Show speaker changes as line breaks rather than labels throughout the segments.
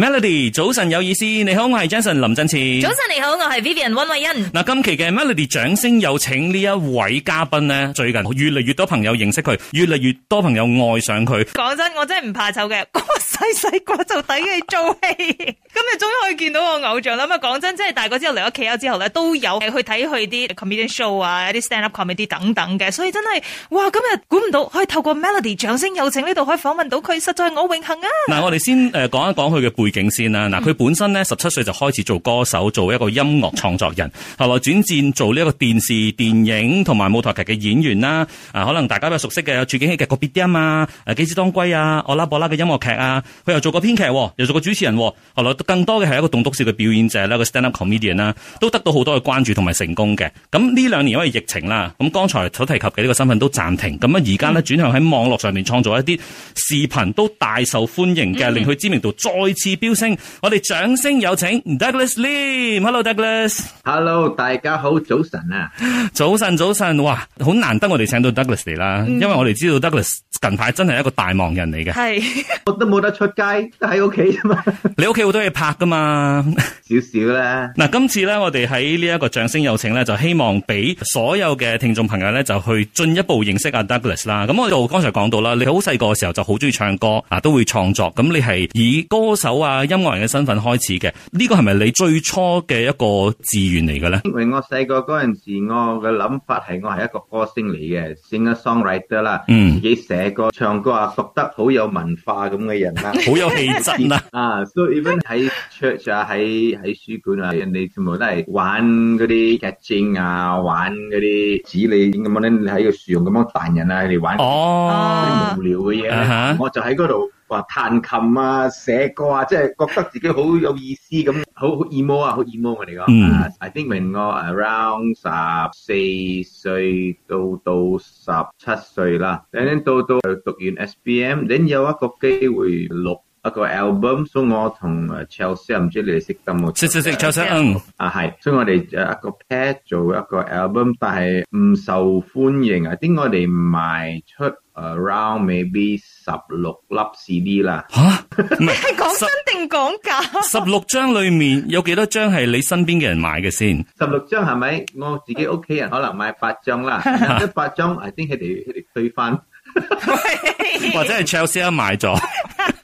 Melody，早晨有意思，你好，我係 Jason 林振前。
早晨你好，我係 Vivian 温慧欣。
嗱，今期嘅 Melody 掌聲有請呢一位嘉賓呢，最近越嚟越多朋友認識佢，越嚟越多朋友愛上佢。
講真，我真係唔怕醜嘅， 我細細個就抵佢做 戲，咁你終於可以見到我偶像啦。咁啊，講真，即係大個之後嚟咗企 o 之後咧，都有去睇佢啲 comedian show 啊，一啲 stand up comedy 等等嘅，所以真係哇！今日估唔到可以透過 Melody 掌聲有請呢度可以訪問到佢，實在我榮幸啊！
嗱，我哋先誒講一講佢嘅背景先
嗯
啦。嗱，佢本身呢，十七歲就開始做歌手，做一個音樂創作人，後來轉戰做呢一個電視、電影同埋舞台劇嘅演員啦。啊，可能大家比較熟悉嘅有處境戲劇《個別音》啊，誒《幾枝當歸》啊，《我拉布拉》嘅音樂劇啊，佢又做過編劇喎，又做過主持人喎，後來更多嘅係一個棟篤笑嘅表演者啦，一個 stand up comedian 啦，都得到好多嘅關注同埋成功嘅。咁呢兩年因為疫情啦，咁剛才所提及嘅呢個身份都暫停，咁啊而家咧轉向喺網絡上面創造一啲視頻都大受歡迎嘅，令佢知名度再次飆升。我哋掌聲有請 Douglas Lim，Hello Douglas，
Hello，大家好，早晨啊！
早晨早晨，哇，好難得我哋請到 Douglas 嚟啦，因為我哋知道 Douglas 近排真係一個大忙人嚟 嘅，
係
我都冇得出街，都喺屋企啫嘛，
你屋企好多嘢拍噶嘛。
少少啦。
嗱，今次咧，我哋喺呢一個掌聲有請咧，就希望俾所有嘅聽眾朋友咧，就去進一步認識阿 Douglas 啦。咁我就剛才講到啦，你好細個嘅時候就好中意唱歌啊，都會創作。咁你係以歌手啊、音樂人嘅身份開始嘅，呢個係咪你最初嘅一個志願嚟嘅咧？
因為我細個嗰陣時，我嘅諗法係我係一個歌星嚟嘅，singer-songwriter 啦，
嗯
自己寫歌、唱歌啊，讀得好有文化咁嘅人啦。
好有氣質啊！
啊，so even 喺 church 啊，喺喺書館啊，人哋全部都係玩嗰啲 catching 啊，玩嗰啲紙你咁樣咧，你喺個樹上咁樣彈人啊，你哋玩。
哦，
啲無聊嘅嘢咧
啊哈
我就喺嗰度話彈琴啊、寫歌啊，即係覺得自己好有意思咁，好好 emo 啊，好 emo 我哋講。
嗯
啊 I think when 我 around 十四歲到到十七歲啦，等到到讀完 SBM，then 有一個機會錄一個 album，所以我同誒 Chelsea 唔知你哋識得冇？
識識識，唱聲嗯，
啊，係，所以我哋就一個 pair 做一個 à, album，但係唔受歡迎啊！啲我哋賣出 around maybe 十六粒 CD 啦，
吓，唔係
係講真定講 假？
十六張裡面有幾多張係你身邊嘅人買嘅先？
十六張係咪？我自己屋企人可能買八張啦，一八張，I think 佢哋佢哋退翻。
或者係 Chelsea 啊買咗？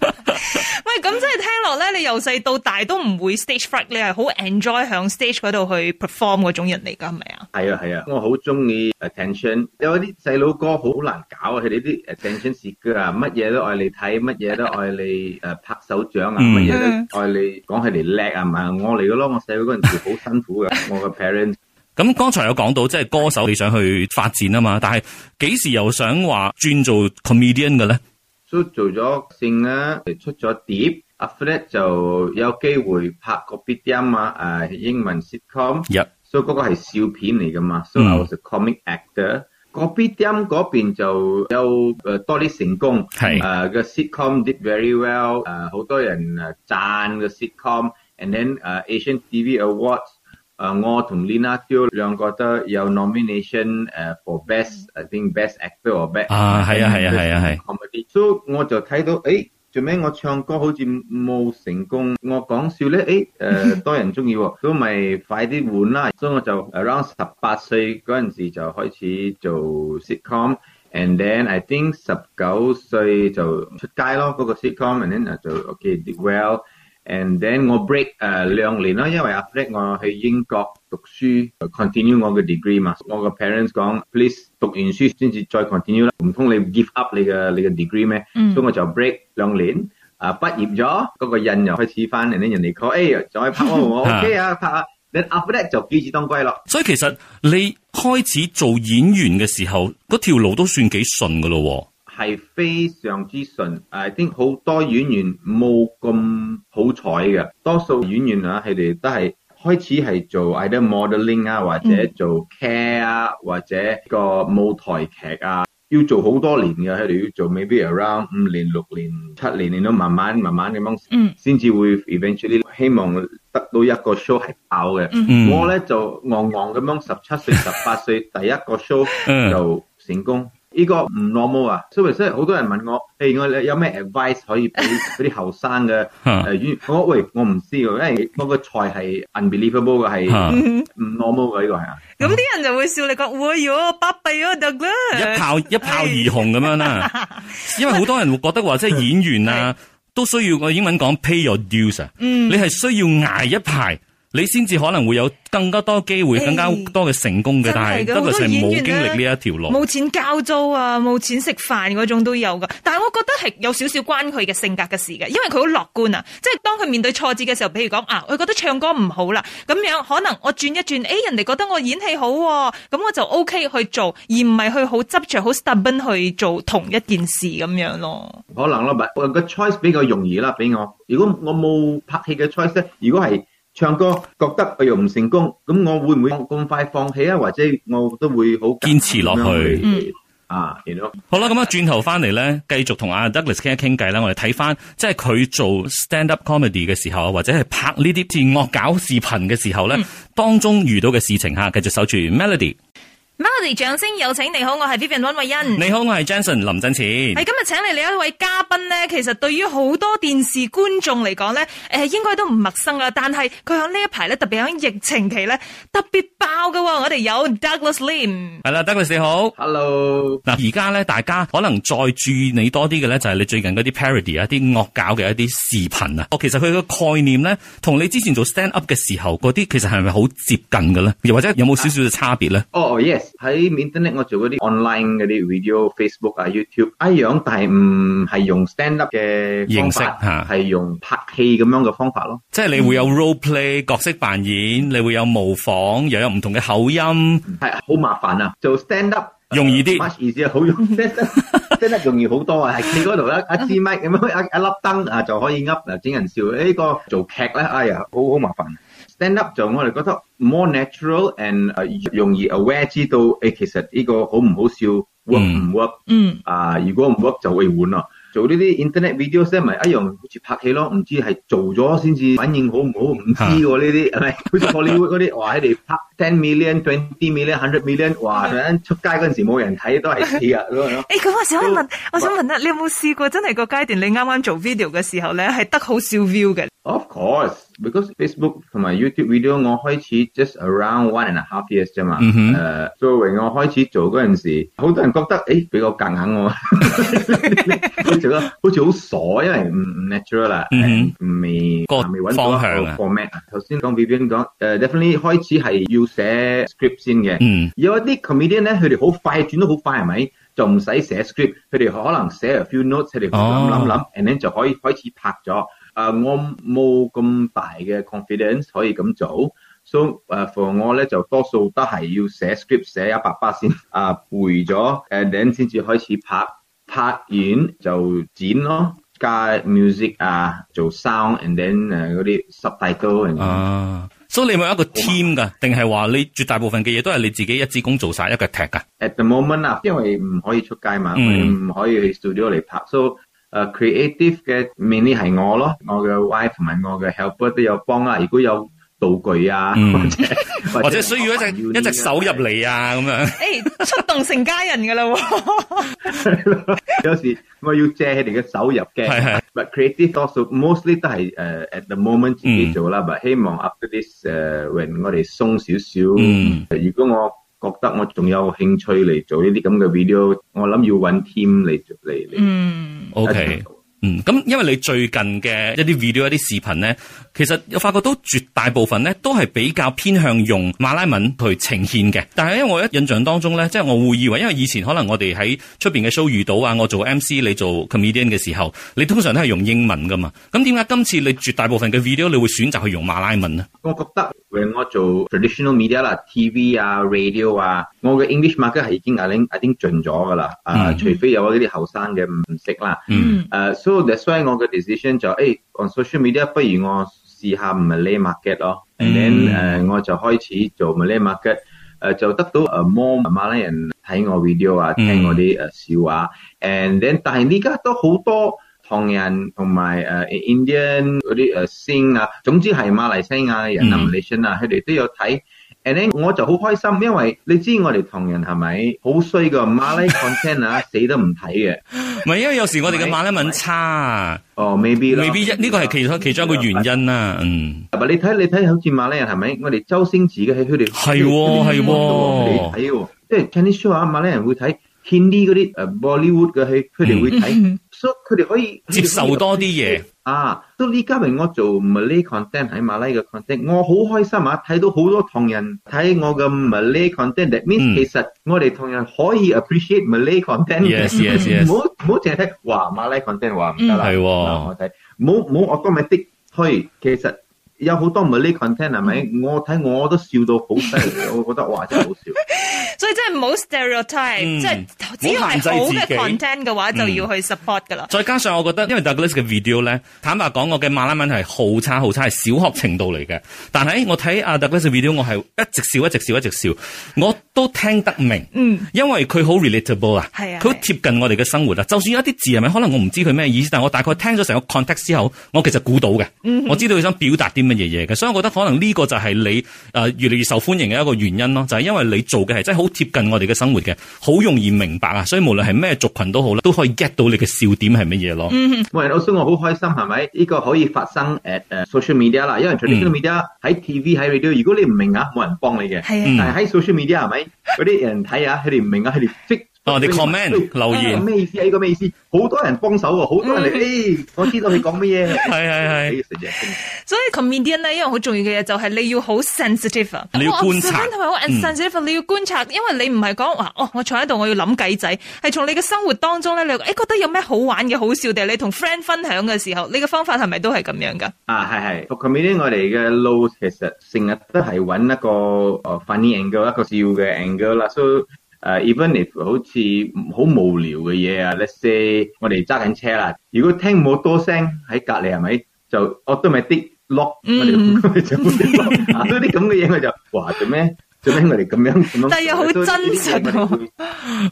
喂，咁即係聽落咧，你由細到大都唔會 stage fright，你係好 enjoy 響 stage 嗰度去 perform 嗰種人嚟㗎，係咪啊？
係啊係啊，我好中意 attention。有啲細佬哥好難搞啊，佢哋啲 attention seeker à? 啊，乜嘢都愛你睇，乜嘢都愛你誒拍手掌啊，
嗯
乜嘢都愛你講佢哋叻啊嘛。我嚟嘅咯，我細個嗰陣時好辛苦嘅，我嘅 à? parents。
咁剛才有講到，即係歌手你想去發展啊嘛，但係幾時又想話轉做 comedian 嘅咧？
都做咗性啦，出咗碟。After that 就有機會拍個 B D 音啊，誒英文 sitcom，
一
所以嗰個係笑片嚟噶嘛，so
嗯
I was a comic actor。個 B D 音嗰邊就有誒多啲成功，
係
誒個 À, sitcom did very well，誒 À, 好多人誒讚個 sitcom，and then 誒 Asian TV Awards，誒我同 Lina Teo 兩個都有 nomination 誒 for best，I think best actor or best
啊係啊係啊係啊係
comedy，所以我就睇到，誒做咩我唱歌好似冇成功，我講笑咧，誒誒、多人中意喎，咁咪快啲換啦，所以我就 around 十八歲嗰陣時就開始做 sitcom。And then I think 十九歲就出街咯，嗰、個 sitcom，and then 就 OK did well。And then 我 break à, 誒、兩年啦，因為 after that 我去英國讀書，continue 我嘅 degree 嘛。我個 parents 講，please 讀完書先至再 continue 啦，唔通你 give up 你嘅你嘅 degree 咩？所以我就 break "À, 兩年。啊，畢業咗，嗰、個印又開始翻嚟咧，人哋 call，誒、再拍我，我 OK 啊，拍啊。Then after that 就幾子當歸咯。
所以其實你開始做演員嘅時候，嗰條路都算幾順噶咯
係非常之順，誒，啲好多演員冇咁好彩嘅，多數演員啊，佢哋都係開始係做 either modeling 啊，或者
嗯
做 care 啊，或者個舞台劇啊，要做好多年嘅，佢哋要做 maybe around 五年、六年、七年，你都慢慢慢慢咁樣
嗯，
先至會 eventually 希望得到一個 show 係爆嘅。
嗯
我咧就昂昂咁樣十七歲、十八歲第一個 show
嗯
就成功。呢個唔 normal 啊，所以真係好多人問我，誒、我有咩 advice 可以俾 嗰啲後生嘅
嚇
誒演我喂，我唔知喎，因為我個菜係 unbelievable 嘅，係
嚇
嗯
唔 normal 嘅呢個係啊。
咁啲人就會笑你講，哎哟，巴閉啊，得
一
啦。
炮一炮而紅咁樣啦。 因為好多人會覺得話，即係演員啊，都需要我英文講 pay your dues 啊。
嗯
你係需要捱一排，你先至可能會有更加多機會、
哎
更加多嘅成功嘅。
真係
但係
嘅
德
好
律
多
係冇
演
經
員啊呢
歷呢一條路。
冇錢交租啊，冇錢食飯嗰種都有噶。但係我覺得係有少少關佢嘅性格嘅事嘅，因為佢好樂觀啊。即係當佢面對挫折嘅時候，譬如講啊，佢覺得唱歌唔好啦，咁樣可能我轉一轉，誒、哎人哋覺得我演戲好、喎，咁我就 O、k 去做，而唔係去好執着、好 stubborn 去做同一件事咁樣咯。
可能咯，咪我個 choice 比較容易啦，俾我。如果我冇拍戲嘅 choice 咧，如果係唱歌覺得我又唔成功，咁我會唔會咁快放棄啊？或者我都會好
堅持落去
嗯
啊，you know，
好啦，咁啊，轉頭翻嚟咧，繼續同阿 Douglas 傾一傾偈啦。我哋睇翻，即係佢做 stand up comedy 嘅時候啊，或者係拍呢啲似惡搞視頻嘅時候咧，當中遇到嘅事情吓，繼續守住 Melody。
Melody 掌聲有請，你好，我係 Vivian 温慧欣。
你好，我係 Jensen 林振前。
嗯係今日請嚟另一位嘉賓咧，其實對於好多電視觀眾嚟講咧，誒、應該都唔陌生啦。但係佢喺呢一排咧，特別喺疫情期咧，特別爆嘅喎。我哋有 Douglas Lim，
係啦，Douglas 你好。
hello。
嗱，而家咧，大家可能再注意你多啲嘅咧，就係你最近嗰啲 parody 啊，啲惡搞嘅一啲視頻啊。哦，其實佢嘅概念咧，同你之前做 stand up 嘅時候嗰啲，其實係咪好接近嘅咧？又或者有冇少少嘅差別咧？
哦、y e s 喺 internet 我做嗰啲 online 嗰啲 video、Facebook 啊、YouTube 一樣，但係唔係用 stand up 嘅方法
形式嚇
係用拍戲咁樣嘅方法咯。
即係你會有 role play 角色扮演，你會有模仿，又有唔同嘅口音。
係好麻煩啊！做 stand up
容易啲
à, much 意思好容 stand up stand up 容易好多啊！係你嗰度咧，一支咪咁樣，一一粒燈啊就可以噏啊，整人笑。呢個做劇咧，哎呀，好好麻煩。stand up 就我哋覺得 more natural and 誒容易 aware 知道誒，其實呢個好唔好笑，work 唔 work
嗯，
啊？如果唔 work 就會換咯。做呢啲 internet video 咧，咪一樣好似拍戲咯，唔知係做咗先至反應好唔好，唔知喎呢啲係咪？好似 Hollywood 嗰啲，哇！喺哋拍 ten million、twenty million、hundred million，哇！突然間出街嗰陣時冇人睇都係死㗎咁樣咯。
誒、咁我想問
問，
我想問啊，你有冇試過真係個階段你啱啱做 video 嘅時候咧，係得好少 view 嘅？
Of course, because Facebook 同埋 YouTube video 我開始 just around one and a half years 啫嘛。
嗯哼
誒作為我開始做嗰陣時，好多人覺得誒比較夾 硬我，好似好似好傻，因為唔唔 natural 啦，
嗯
誒未
個
未揾到
方向
一個
啊
format。頭先講 Vivian 講誒，definitely 開始係要寫 script 先嘅。
嗯，
有一啲 comedian 咧，佢哋好快轉得好快，係咪？就唔使寫 script，佢哋可能寫 a few notes，佢哋諗諗諗，and then 就可以開始拍咗。啊、我冇咁大嘅 à, confidence 可以咁做，so 誒、for 我咧就多數都係要寫 script à, 寫一百巴先，啊背咗誒 then 先至開始拍，拍完就剪咯，加 music à, 啊，做 sound，and then à, 誒嗰啲 subtitle，and
Ờ. 啊，所以你有冇一個 team 噶？定係話你絕大部分嘅嘢都係你自己一支公做晒一腳踢噶？
at the moment à, 啊，因為唔可以出街嘛，
嗯
唔可以去 studio 嚟拍，so 誒、creative 嘅 mainly 係我咯，我嘅 wife 同埋我嘅 helper 都有幫啦。如果有道具啊，
嗯
或者
或者需要一隻
我要呢
一隻手入嚟啊？咁樣。
誒、出動成家人㗎啦喎！
有時我要借佢哋嘅手入嘅。
係係
But creative 多數 mostly 都係誒、at the moment 自己做啦。但希望 after this 誒、when 我哋鬆少少，
嗯
如果我覺得我仲有興趣嚟做呢啲咁嘅 video，我諗要揾 team 嚟做嚟嚟。
嗯。
O K，嗯，咁因為你最近嘅一啲 video 一啲視頻咧，其實我發覺都絕大部分咧都係比較偏向用馬拉文去呈現嘅。但係因為我一印象當中咧，即係我會以為，因為以前可能我哋喺出邊嘅 show 遇到啊，我做 M C 你做 comedian 嘅時候，你通常都係用英文噶嘛。咁點解今次你絕大部分嘅 video 你會選擇去用馬拉文呢？
我覺得誒，我做 traditional media 啦，TV 啊、radio 啊，我嘅 English market 係已經已經已經盡咗㗎啦。啊、
嗯
除非有嗰啲後生嘅唔識啦。
嗯，
誒、s o that's why 我嘅 decision 就誒、欸 on social media，不如我試下唔係 lay market 咯，and then 誒、
嗯
我就開始做 Malay market，誒、就得到誒 more 馬來人睇我 video 啊，
嗯
聽我啲誒笑話，and then 但係呢家都好多。唐人同埋誒 Indian 嗰啲誒 sing 啊，總之係馬來西亞人啊、
嗯
Malaysian 啊，佢哋都有睇。 And then 我就好開心，因為你知我哋唐人係咪好衰噶？馬拉 content 啊，死都唔睇嘅。
唔係因為有時我哋嘅馬拉文差啊，
哦，未必啦，
未必一呢個係其中其中一個原因啦。嗯，
係咪你睇你睇好似馬來人係咪？我哋周星馳嘅喺佢哋
係喎係喎
佢哋睇喎，即係 Chinese show 啊，馬來人會睇 Hindi 嗰啲誒 Bollywood 嘅戲，佢哋會
嗯
睇，所以佢哋可以
接受多啲嘢。
啊！都呢家明我做 Malay content 喺馬拉嘅 content，我好開心啊！睇到好多唐人睇我嘅 Malay content，that
嗯
means 其實我哋唐人可以 appreciate Malay content 嘅
Yes, yes, yes.
唔好唔好淨係睇哇馬拉 content 話唔得啦，
嗯係喎
嗱我睇唔好唔好我今日的去，其實有好多 Malay content 係咪？
嗯
我睇我都笑到好犀利，我覺得哇真係好笑。
所以真係唔好 stereotype，、
嗯
即係只要係好嘅 content 嘅話，就要去 support 噶啦。
再加上我覺得，因為 Douglas 嘅 video 咧，坦白講，我嘅馬拉文係好差好差，係小學程度嚟嘅。但係我睇阿 Douglas 嘅 video，我係一直笑一直笑一直笑，我都聽得明。
嗯，
因為佢好 relatable 啊，
係啊
佢好貼近我哋嘅生活啊。就算有一啲字係咪，可能我唔知佢咩意思，但係我大概聽咗成個 context 之後，我其實估到嘅，
嗯
我知道佢想表達啲乜嘢嘢嘅。所以我覺得可能呢個就係你誒、呃越嚟越受歡迎嘅一個原因咯，就係、因為你做嘅係真係好貼近我哋嘅生活嘅，好容易明白啊。所以無論係咩族群都好啦，都可以 get 到你嘅笑點係乜嘢咯。
喂，老師，我好開心係咪？呢、個可以發生 at 誒 social media 啦，因為 traditional
嗯
media 喺 TV 喺 radio，如果你唔明啊，冇人幫你嘅。
係啊
嗯
但係喺 social media 係咪？嗰啲人睇啊，佢哋唔明啊，佢哋即
哦你 comment，
喂
留言
呢個咩意思？啊呢個咩意思？好多人幫手喎，好多人
嗯
嚟，誒，我知道佢講乜嘢。 哎
係係係
呢個成日傾
所以 comedian 咧，一樣好重要嘅嘢就係你要好 sensitive 啊，
你要觀察嗯
同埋好 sensitive，、你要觀察，因為你唔係講話哦，我坐喺度我要諗計仔，係從你嘅生活當中咧，你誒、欸、覺得有咩好玩嘅好笑定係你同 friend 分享嘅時候，你嘅方法係咪都係咁樣噶？
啊，係係，個 comedian 我哋嘅路其實成日都係揾一個誒 ờ, funny angle，一個笑嘅 angle 啦。所以誒，even if 好似好無聊嘅嘢啊，let's say 我哋揸緊車啦，如果聽冇多聲喺隔離係咪，就 automatic lock 我
嗯
哋我哋就會 lock 啊所以啲咁嘅嘢我就哇做咩做咩我哋咁樣咁樣，
但係又好真實喎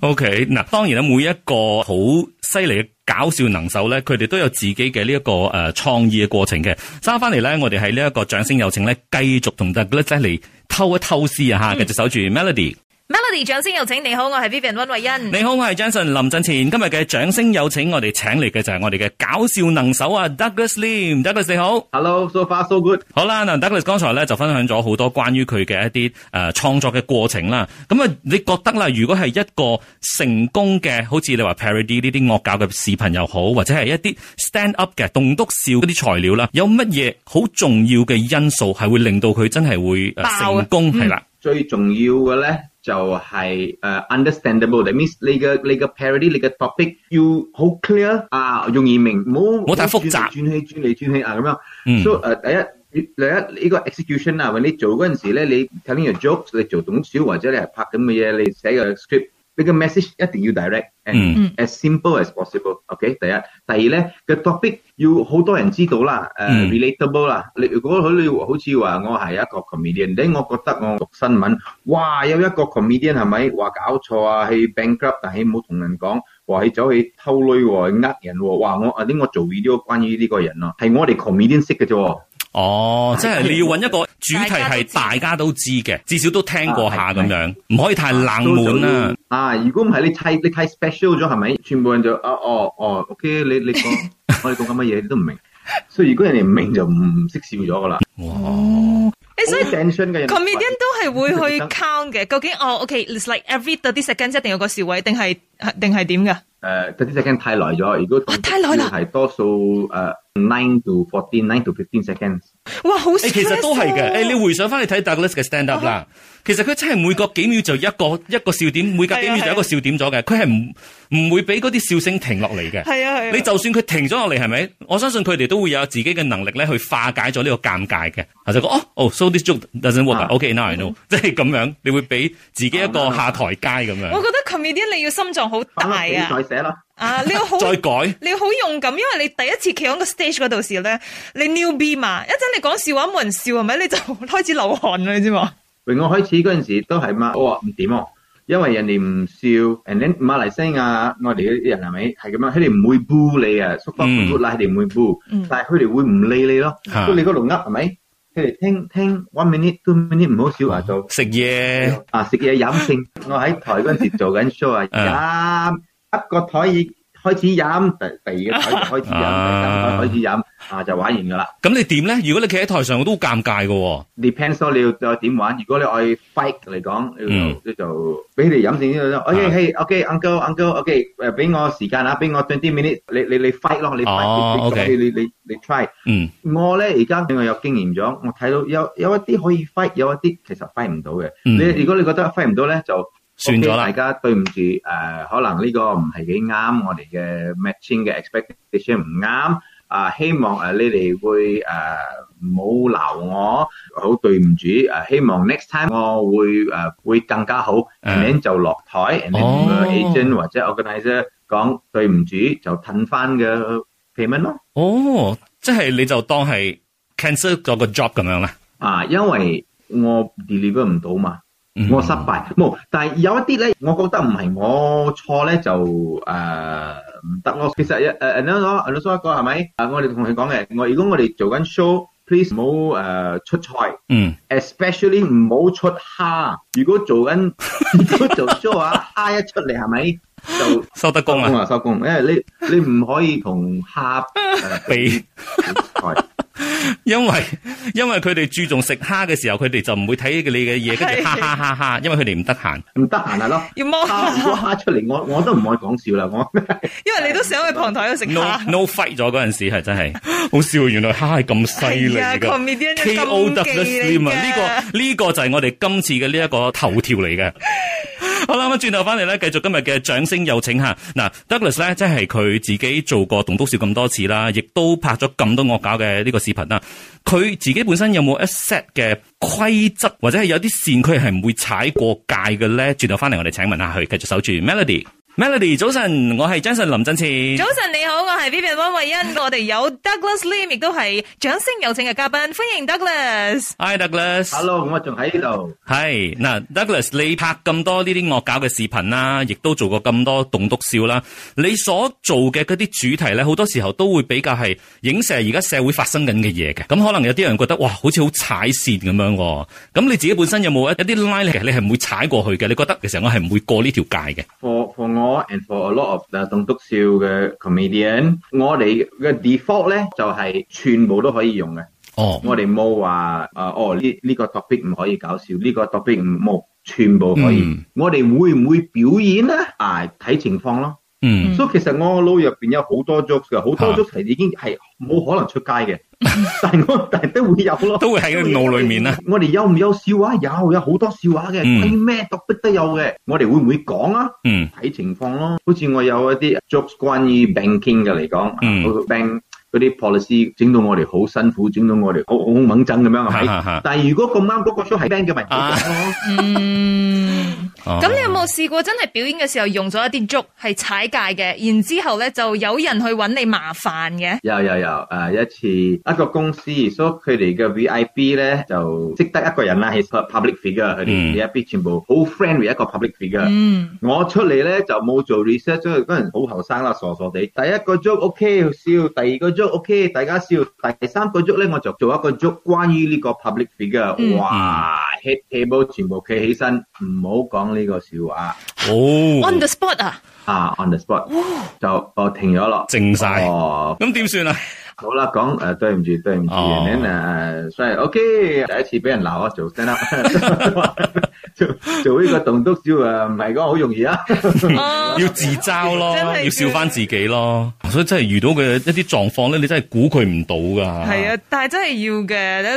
OK，嗱，當然啦，每一個好犀利嘅搞笑能手咧，佢哋都有自己嘅呢一個誒、呃、創意嘅過程嘅。翻翻嚟咧，我哋喺呢一個掌聲有請咧，繼續同 Douglas 咧嚟偷一偷師啊嚇，繼續守住 Melody。
Melody 掌聲有請，你好，我係 Vivian 温慧 欣。
你好，我係 Johnson 林振前。今日嘅掌聲有請，我哋請嚟嘅就係我哋嘅搞笑能手啊，Douglas Lim。Douglas 你好。
Hello，so far so good。
好啦，嗱，Douglas 剛才咧就分享咗好多關於佢嘅一啲誒創作嘅過程啦。咁啊，你覺得啦，如果係一個成功嘅，好似你話 parody 呢啲惡搞嘅視頻又好，或者係一啲 stand up 嘅棟篤笑嗰啲材料啦，有乜嘢好重要嘅因素係會令到佢真係會
爆啊
誒成功係啦？
最重要嘅咧就係、誒 understandable。That means 你嘅你嘅 parody 你嘅 topic 要好 clear À, 啊，容易明，唔好
唔好太複雜
轉嚟轉去轉嚟轉去啊咁樣。
嗯
À, So ờ, 誒、第一。第一呢個 execution 啊，你做嗰陣時咧，你 telling your jokes，你做董小或者你係拍緊嘅嘢，你寫個 script，你嘅 message 一定要 direct and、
嗯
as simple as possible。OK，第一，第二咧個 topic 要好多人知道啦，誒、
嗯
Ờ, relatable à? 啦。你如果佢你好似話我係一個 comedian，你我覺得我讀新聞，哇有一個 comedian 係咪話搞錯啊？去 bankrupt，但 à? 係冇同人講。話起走去偷女喎，去呃人喎，哇！我啊啲我做 video 關於呢個人咯，係我哋 comedian 識嘅啫喎。
哦，即係你要揾一個主題係
大
大家都知嘅，至少都聽過下
啊
咁
係
樣，唔可以太冷門啦。
啊，如果唔係你太你太 special 咗係咪？全部人就啊哦哦，OK，你 ờ, 你講我哋講緊乜嘢你都唔明，所以如果人哋唔明就唔識笑咗噶啦。
哇！
誒所以
好 à? tension 嘅人
comedian 都係會去 count 嘅，究竟哦，OK，it's like every 30 seconds 一定有個笑位，定係定係點噶？
誒，特啲 second 太耐咗，如果
啊太耐啦
係多數誒 nine to fourteen、nine to fifteen seconds。
哇，好
誒其實都係嘅，誒你
stressful
回想翻你睇 Douglas 嘅 stand up 啦，其實佢真係每隔幾秒就一個一個笑點，每隔幾秒就一個笑點咗嘅，佢係唔唔會俾嗰啲笑聲停落嚟嘅。
係啊係啊，
你就算佢停咗落嚟，係咪？我相信佢哋都會有自己嘅能力咧，去化解咗呢個尷尬嘅。啊就講哦哦，so this joke doesn't work
啊
o k now I know，即係咁樣，你會俾自己一個下台階咁
啊我
樣，
覺得 comedian 你要心臟好
翻
大
屋企
啊！
再寫啦。
啊，你要好。
再改。
你要好勇敢，因為你第一次企喺個 stage 嗰度時咧，你 new B 嘛，一陣你講笑話冇人笑係咪？你就開始流汗啦，你知嘛？
喂，我開始嗰陣時都係嘛，我話唔點喎，因為人哋唔笑，and then 馬來西亞我哋啲人係咪係咁樣？佢哋唔會 boo 你啊，叔伯
嗯
good 啦，佢哋唔會 boo，但係佢哋會唔理你咯。
嚇
到你嗰度呃係咪？佢哋聽聽 one minute two minute 唔好少啊，就
食嘢
啊食嘢飲性。我喺台嗰陣時做緊 show à. 啊，飲一個台已開始飲，第第二個台就開始飲，第三個台開始飲啊就玩完噶啦。
咁你點咧？如果你企喺台上，我都好尷尬嘅喎。
depends ờ, 咯，你要再點玩。如果你愛 fight 嚟講，你
嗯
就你就俾你飲定呢度咯。OK，Ờ,
啊
嘿，OK，uncle，uncle，OK，誒，俾我時間啊，俾我 twenty minutes，你你你 fight 咯，你
哦
fight，
，OK
你你你你 try。
嗯
我咧而家我有經驗咗，我睇到有有一啲可以 fight，有一啲其實 fight 唔到嘅。
嗯
你如果你覺得 fight 唔到咧，就
算咗啦
OK，大家對唔住誒，可能呢個唔係幾啱我哋嘅 matching 嘅 expectation À, 唔啱啊，希望誒你哋會誒唔好鬧我，好對唔住誒，希望 à, next time à, 我會誒會更加好，and then 就落台，and
哦
then 個 ờ, agent 或者 organizer 講對唔住就褪翻嘅 payment 咯。
哦，即係你就當係 cancel 咗個 job 咁樣啦。
啊，因為我 deliver 唔到嘛，
嗯
我失敗。冇、但係有一啲咧，我覺得唔係我錯咧，就誒呃唔得咯。其實誒誒 n o no n 一個係咪？啊，我哋同佢講嘅，我如果我哋做緊 show，please 唔好誒出菜
嗯，
，especially 唔好出蝦。如果做緊 如果做 show 啊，蝦一出嚟係咪就
收得工
工
啦，
啊收工？因為你你唔可以同蝦呃
俾。
誒菜。
因為因為佢哋注重食蝦嘅時候，佢哋就唔會睇你嘅嘢，跟住
係
哈哈哈哈，因為佢哋唔得閒。
唔得閒啊咯，
要摸下
蝦如果蝦出嚟，我我都唔愛講笑啦，我。
因為你都想去旁台度食
哎 no
下。
no fight 咗嗰陣時係真係好笑，原來蝦係咁犀利
係啊
㗎。
，comedian 嘅
K O W
禁忌
Slim
嚟
啊，呢
㗎
個呢個就係我哋今次嘅呢一個頭條嚟 嘅。好啦，咁啊轉頭翻嚟咧，繼續今日嘅掌聲有請下嗱，Douglas 咧，即係佢自己做過棟篤笑咁多次啦，亦都拍咗咁多惡搞嘅呢個視頻啦。佢自己本身有冇一 set 嘅規則，或者係有啲線佢係唔會踩過界嘅咧？轉頭翻嚟，我哋請問下佢，繼續守住 Melody。Melody，早晨，我係 Jason 林振前。
早晨你好，我係 Vivian 温慧欣，我哋有 Douglas Lim，亦都係掌聲有請嘅嘉賓，歡迎 Douglas。
Hi Douglas。
Hello，我仲喺呢度。
係嗱，Douglas，你拍咁多呢啲惡搞嘅視頻啦，亦都做過咁多棟篤笑啦。你所做嘅嗰啲主題咧，好多時候都會比較係影射而家社會發生緊嘅嘢嘅。咁可能有啲人覺得哇，好似好踩線咁樣喎。咁你自己本身有冇一一啲 line 嚟，你係唔會踩過去嘅？你覺得其實我係唔會過呢條界嘅？
For for 我 and for a lot of the 棟篤笑嘅 comedian，我哋嘅 default 咧就係、全部都可以用嘅。
哦，
我哋冇話啊哦呢呢、個 topic 唔可以搞笑，呢、個 topic 唔冇，全部可以。
嗯
我哋會唔會表演咧？啊，睇情況咯。
嗯，
所以其實我腦入邊有好多 jokes 嘅，好多 jokes 係已經係冇可能出街嘅， 但係 我但係都會有咯。
都會喺個腦裏面啦。啊
我哋有唔有笑話？有，有好多笑話嘅，
嗯
啲咩特別都有嘅。我哋會唔會講啊？
嗯
睇情況咯。好似我有一啲 jokes 關於 banking 嘅嚟講，
嗯
嗰個 bank 嗰啲 policy 整到我哋好辛苦，整到我哋好好猛憎咁樣係
哈哈哈啊
咪？但係如果咁啱嗰個 show 係 bank 嘅，咪唔好講咯。
嗯，
咁
咁你有冇試過真係表演嘅時候用咗一啲竹係踩界嘅，然之後咧就有人去揾你麻煩嘅？
有有啊有，誒、一次一個公司，所以佢哋嘅 VIP 咧就識得一個人啦，係 public figure，佢
嗯
哋 VIP 全部好 friend with 一個 public figure。
嗯，
我出嚟咧就冇做 research，因為嗰陣好後生啦，傻傻地。第一個 joke OK 笑，第二個 joke OK 大家笑，第三個 joke 咧我就做一個 joke 關於呢個 public figure，、
嗯
哇 hit table 全部企起身，唔好講呢個笑話
哦
on the spot 啊，
啊，on the spot 就我停咗落，
靜晒，
哦，
咁點算啊？
好啦，講誒、呃、對唔住對唔住，
哦
人哋誒所以 OK，第一次俾人鬧我做 stand up，做做呢個棟篤笑啊，唔係講好容易啊。
嗯
哦
要自嘲咯，
真係要
要笑翻自己咯，所以真係遇到嘅一啲狀況咧，你真係估佢唔到噶。
係啊，但係真係要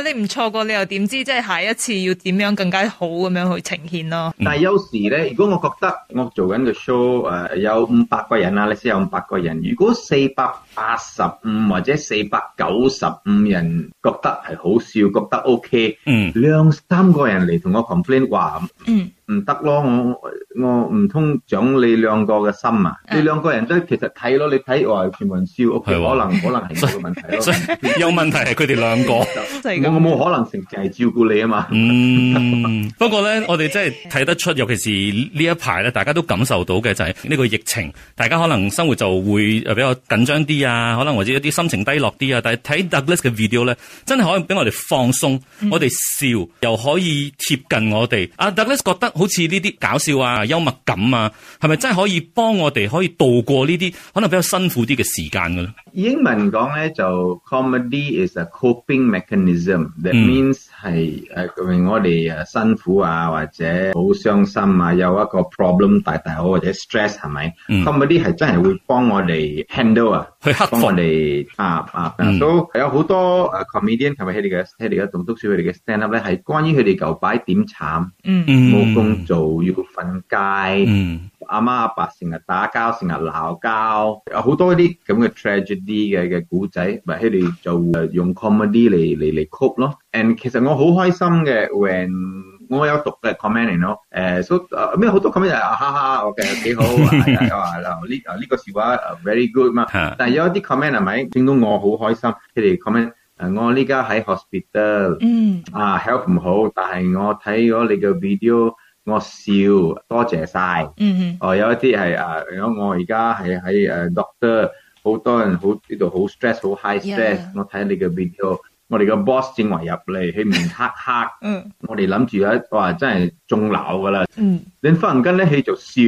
嘅，你唔錯過你又點知？即係下一次要點樣更加好咁樣去呈現咯。
嗯
但係有時咧，如果我覺得我做緊嘅 show 誒、有五百個人啦，你先有五百個人。如果四百八十五或者四百九十五人覺得係好笑，覺得 OK，
嗯
兩三個人嚟同我 complain 話
嗯
唔得咯，我我唔通獎你兩個嘅心啊？
嗯
你兩個人都其實睇咯，你睇我係全部人笑，OK，
係喎
可能可能係我嘅問 題
所
咯。
以有問題係佢哋兩個。
真係
我
咁
我冇可能成日係照顧你啊嘛。
嗯， 不過咧，我哋真係睇得出，尤其是呢一排咧，大家都感受到嘅就係呢個疫情，大家可能生活就會呃誒比較緊張啲啊，可能或者一啲心情低落啲啊。但係睇 Douglas 嘅 video 咧，真係可以俾我哋放鬆，我哋笑又可以貼近我哋。啊，Douglas 覺得好似呢啲搞笑啊、幽默感啊，係咪真係可以幫我哋可以度過呢啲可能比較辛苦啲嘅時間嘅咧？
英文講咧就 comedy is a coping mechanism。That
嗯
means à, 係誒，譬如我哋誒辛苦啊，或者好傷心啊，有一個 problem 大大好，或者 stress 係咪
嗯
？comedy 係真係會幫我哋 handle à. 啊。
去克
幫
服
我。哋啊啊
嗯
啊，都有好多誒 à, comedian 同埋佢哋嘅佢哋嘅棟篤笑佢哋嘅 stand up 咧，係關於佢哋舊擺點慘，
嗯
嗯
冇工做要瞓街。
嗯
阿媽阿爸成日打交，成日鬧交，有好多啲咁嘅 tragedy 嘅嘅古仔，咪佢哋就誒用 ờ, comedy 嚟嚟嚟 cope 咯。And 其實我好開心嘅，when 我有讀嘅 comment "Ờ, 咯，誒，所以咩好多 comment 就係啊哈哈，OK à, dạ, 幾好，啊啊啊嗱呢啊呢個笑話啊 ờ, very good 嘛。
嚇
但係有一啲 comment 係咪令到我好開心？佢哋 comment "Ờ, 誒，我呢家喺 hospital。
嗯
啊 help 唔好，但係我睇咗你嘅 video，我笑，多謝晒。
嗯
哦，有一啲係啊，如果我而家係喺誒 doctor，好多人好呢度好 stress，好 high stress。
Yeah.
我睇你嘅 video，我哋個 boss 正話入嚟，佢唔黑黑，
嗯
我哋諗住啊，哇真係中鬧㗎啦。
嗯
你忽然間咧，佢就笑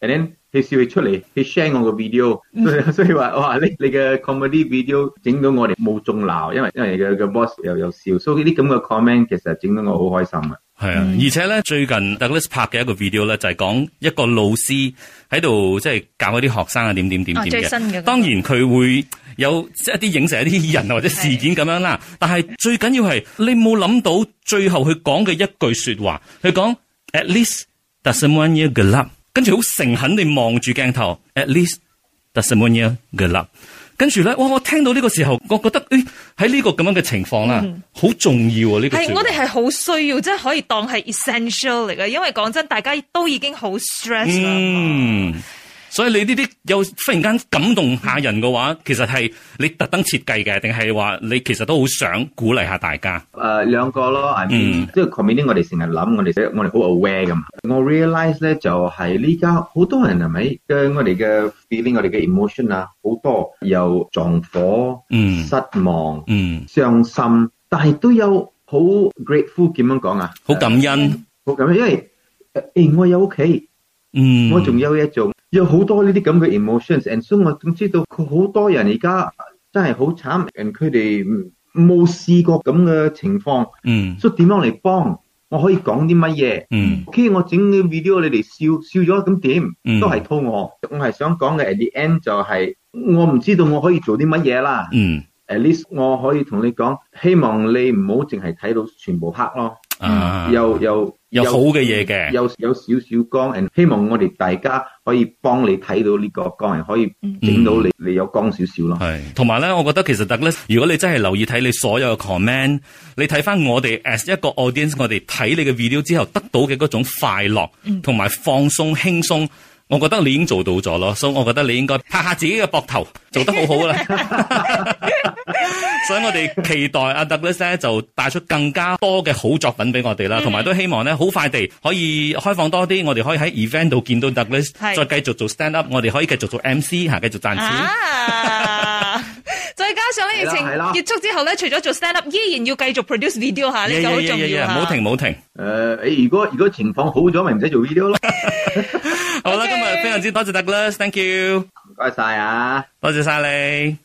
，and then 佢笑佢出嚟，佢 share 我個 video，所以 所以話哇，你你嘅 comedy video 整到我哋冇中鬧，因為因為你嘅嘅 boss 又有笑，所以呢啲咁嘅 comment 其實整到我好開心嘅。
係啊，
嗯
而且咧最近 Douglas 拍嘅一個 video 咧，就係講一個老師喺度即係教嗰啲學生啊點點點
啊
點
最新嘅
嘅。當然佢會有即係一啲影射一啲人或者事件咁樣啦，但係最緊要係你冇諗到最後佢講嘅一句説話，佢講 At least does someone here good luck，跟住好誠懇地望住鏡頭，At least does someone here good luck。跟住咧，哇！我聽到呢個時候，我覺得，誒喺呢個咁樣嘅情況啦，好、重要啊！呢、個
嗯係
説
我
話
哋係好需要，即係可以當係 essential 嚟嘅，因為講真，大家都已經好 stress 啦。
嗯，所以你呢啲有忽然間感動下人嘅話，其實係你特登設計嘅，定係話你其實都好想鼓勵下大家？
誒兩個咯，I mean，
嗯
即係 comedy 我哋成日諗，我哋我哋好 aware 噶嘛。我 realise 咧就係呢家好多人係咪嘅我哋嘅 feeling，我哋嘅 emotion 啊，好多有撞火、
嗯
失望、
嗯，
傷心，但係都有好 grateful 點樣講啊？
好感恩，
好感恩，因為誒、誒我有屋企，
嗯，
我仲有嘢做，有好多呢啲咁嘅 emotions，and so 我總知道佢好多人而家真係好慘，and ừ, 佢哋唔冇試過咁嘅情況。
嗯
所以點樣嚟幫？我可以講啲乜嘢
嗯
？OK，我整個 video 你哋笑笑咗，咁
嗯
點都係套我。我係想講嘅 at the end 就係、我唔知道我可以做啲乜嘢啦。
嗯
at least 我可以同你講，希望你唔好淨係睇到全部黑咯，
啊，
有有
有好嘅嘢嘅
有有少少光，and 希望我哋大家可以幫你睇到呢個光，and 可以整到你你有光少少咯。
係，同埋咧，我覺得其實特咧，如果你真係留意睇你所有嘅 comment，你睇翻我哋 as 一個 audience，我哋睇你嘅 video 之後得到嘅嗰種快樂，同埋放鬆輕鬆，我覺得你已經做到咗咯，所以我覺得你應該拍下自己嘅膊頭，做得好好啦。所以我哋期待阿 Douglas 咧就帶出更加多嘅好作品俾我哋啦，同埋都希望咧好快地可以開放多啲，我哋可以喺 event 度見到 Douglas，
係
再繼續做 stand up，我哋可以繼續做 MC 嚇，繼續賺錢。
啊！ 再加上咧疫情
係啦係啦
結束之後咧，除咗做 stand up，依然要繼續 produce video 下，啊呢個好重
唔
要
好
嚇
停。唔好停。
誒、
嗯
誒如果如果情況好咗，咪唔使做 video 咯。
好啦，
OK
今日非常之多謝 Douglas，thank you，
唔該晒啊！
多謝晒你。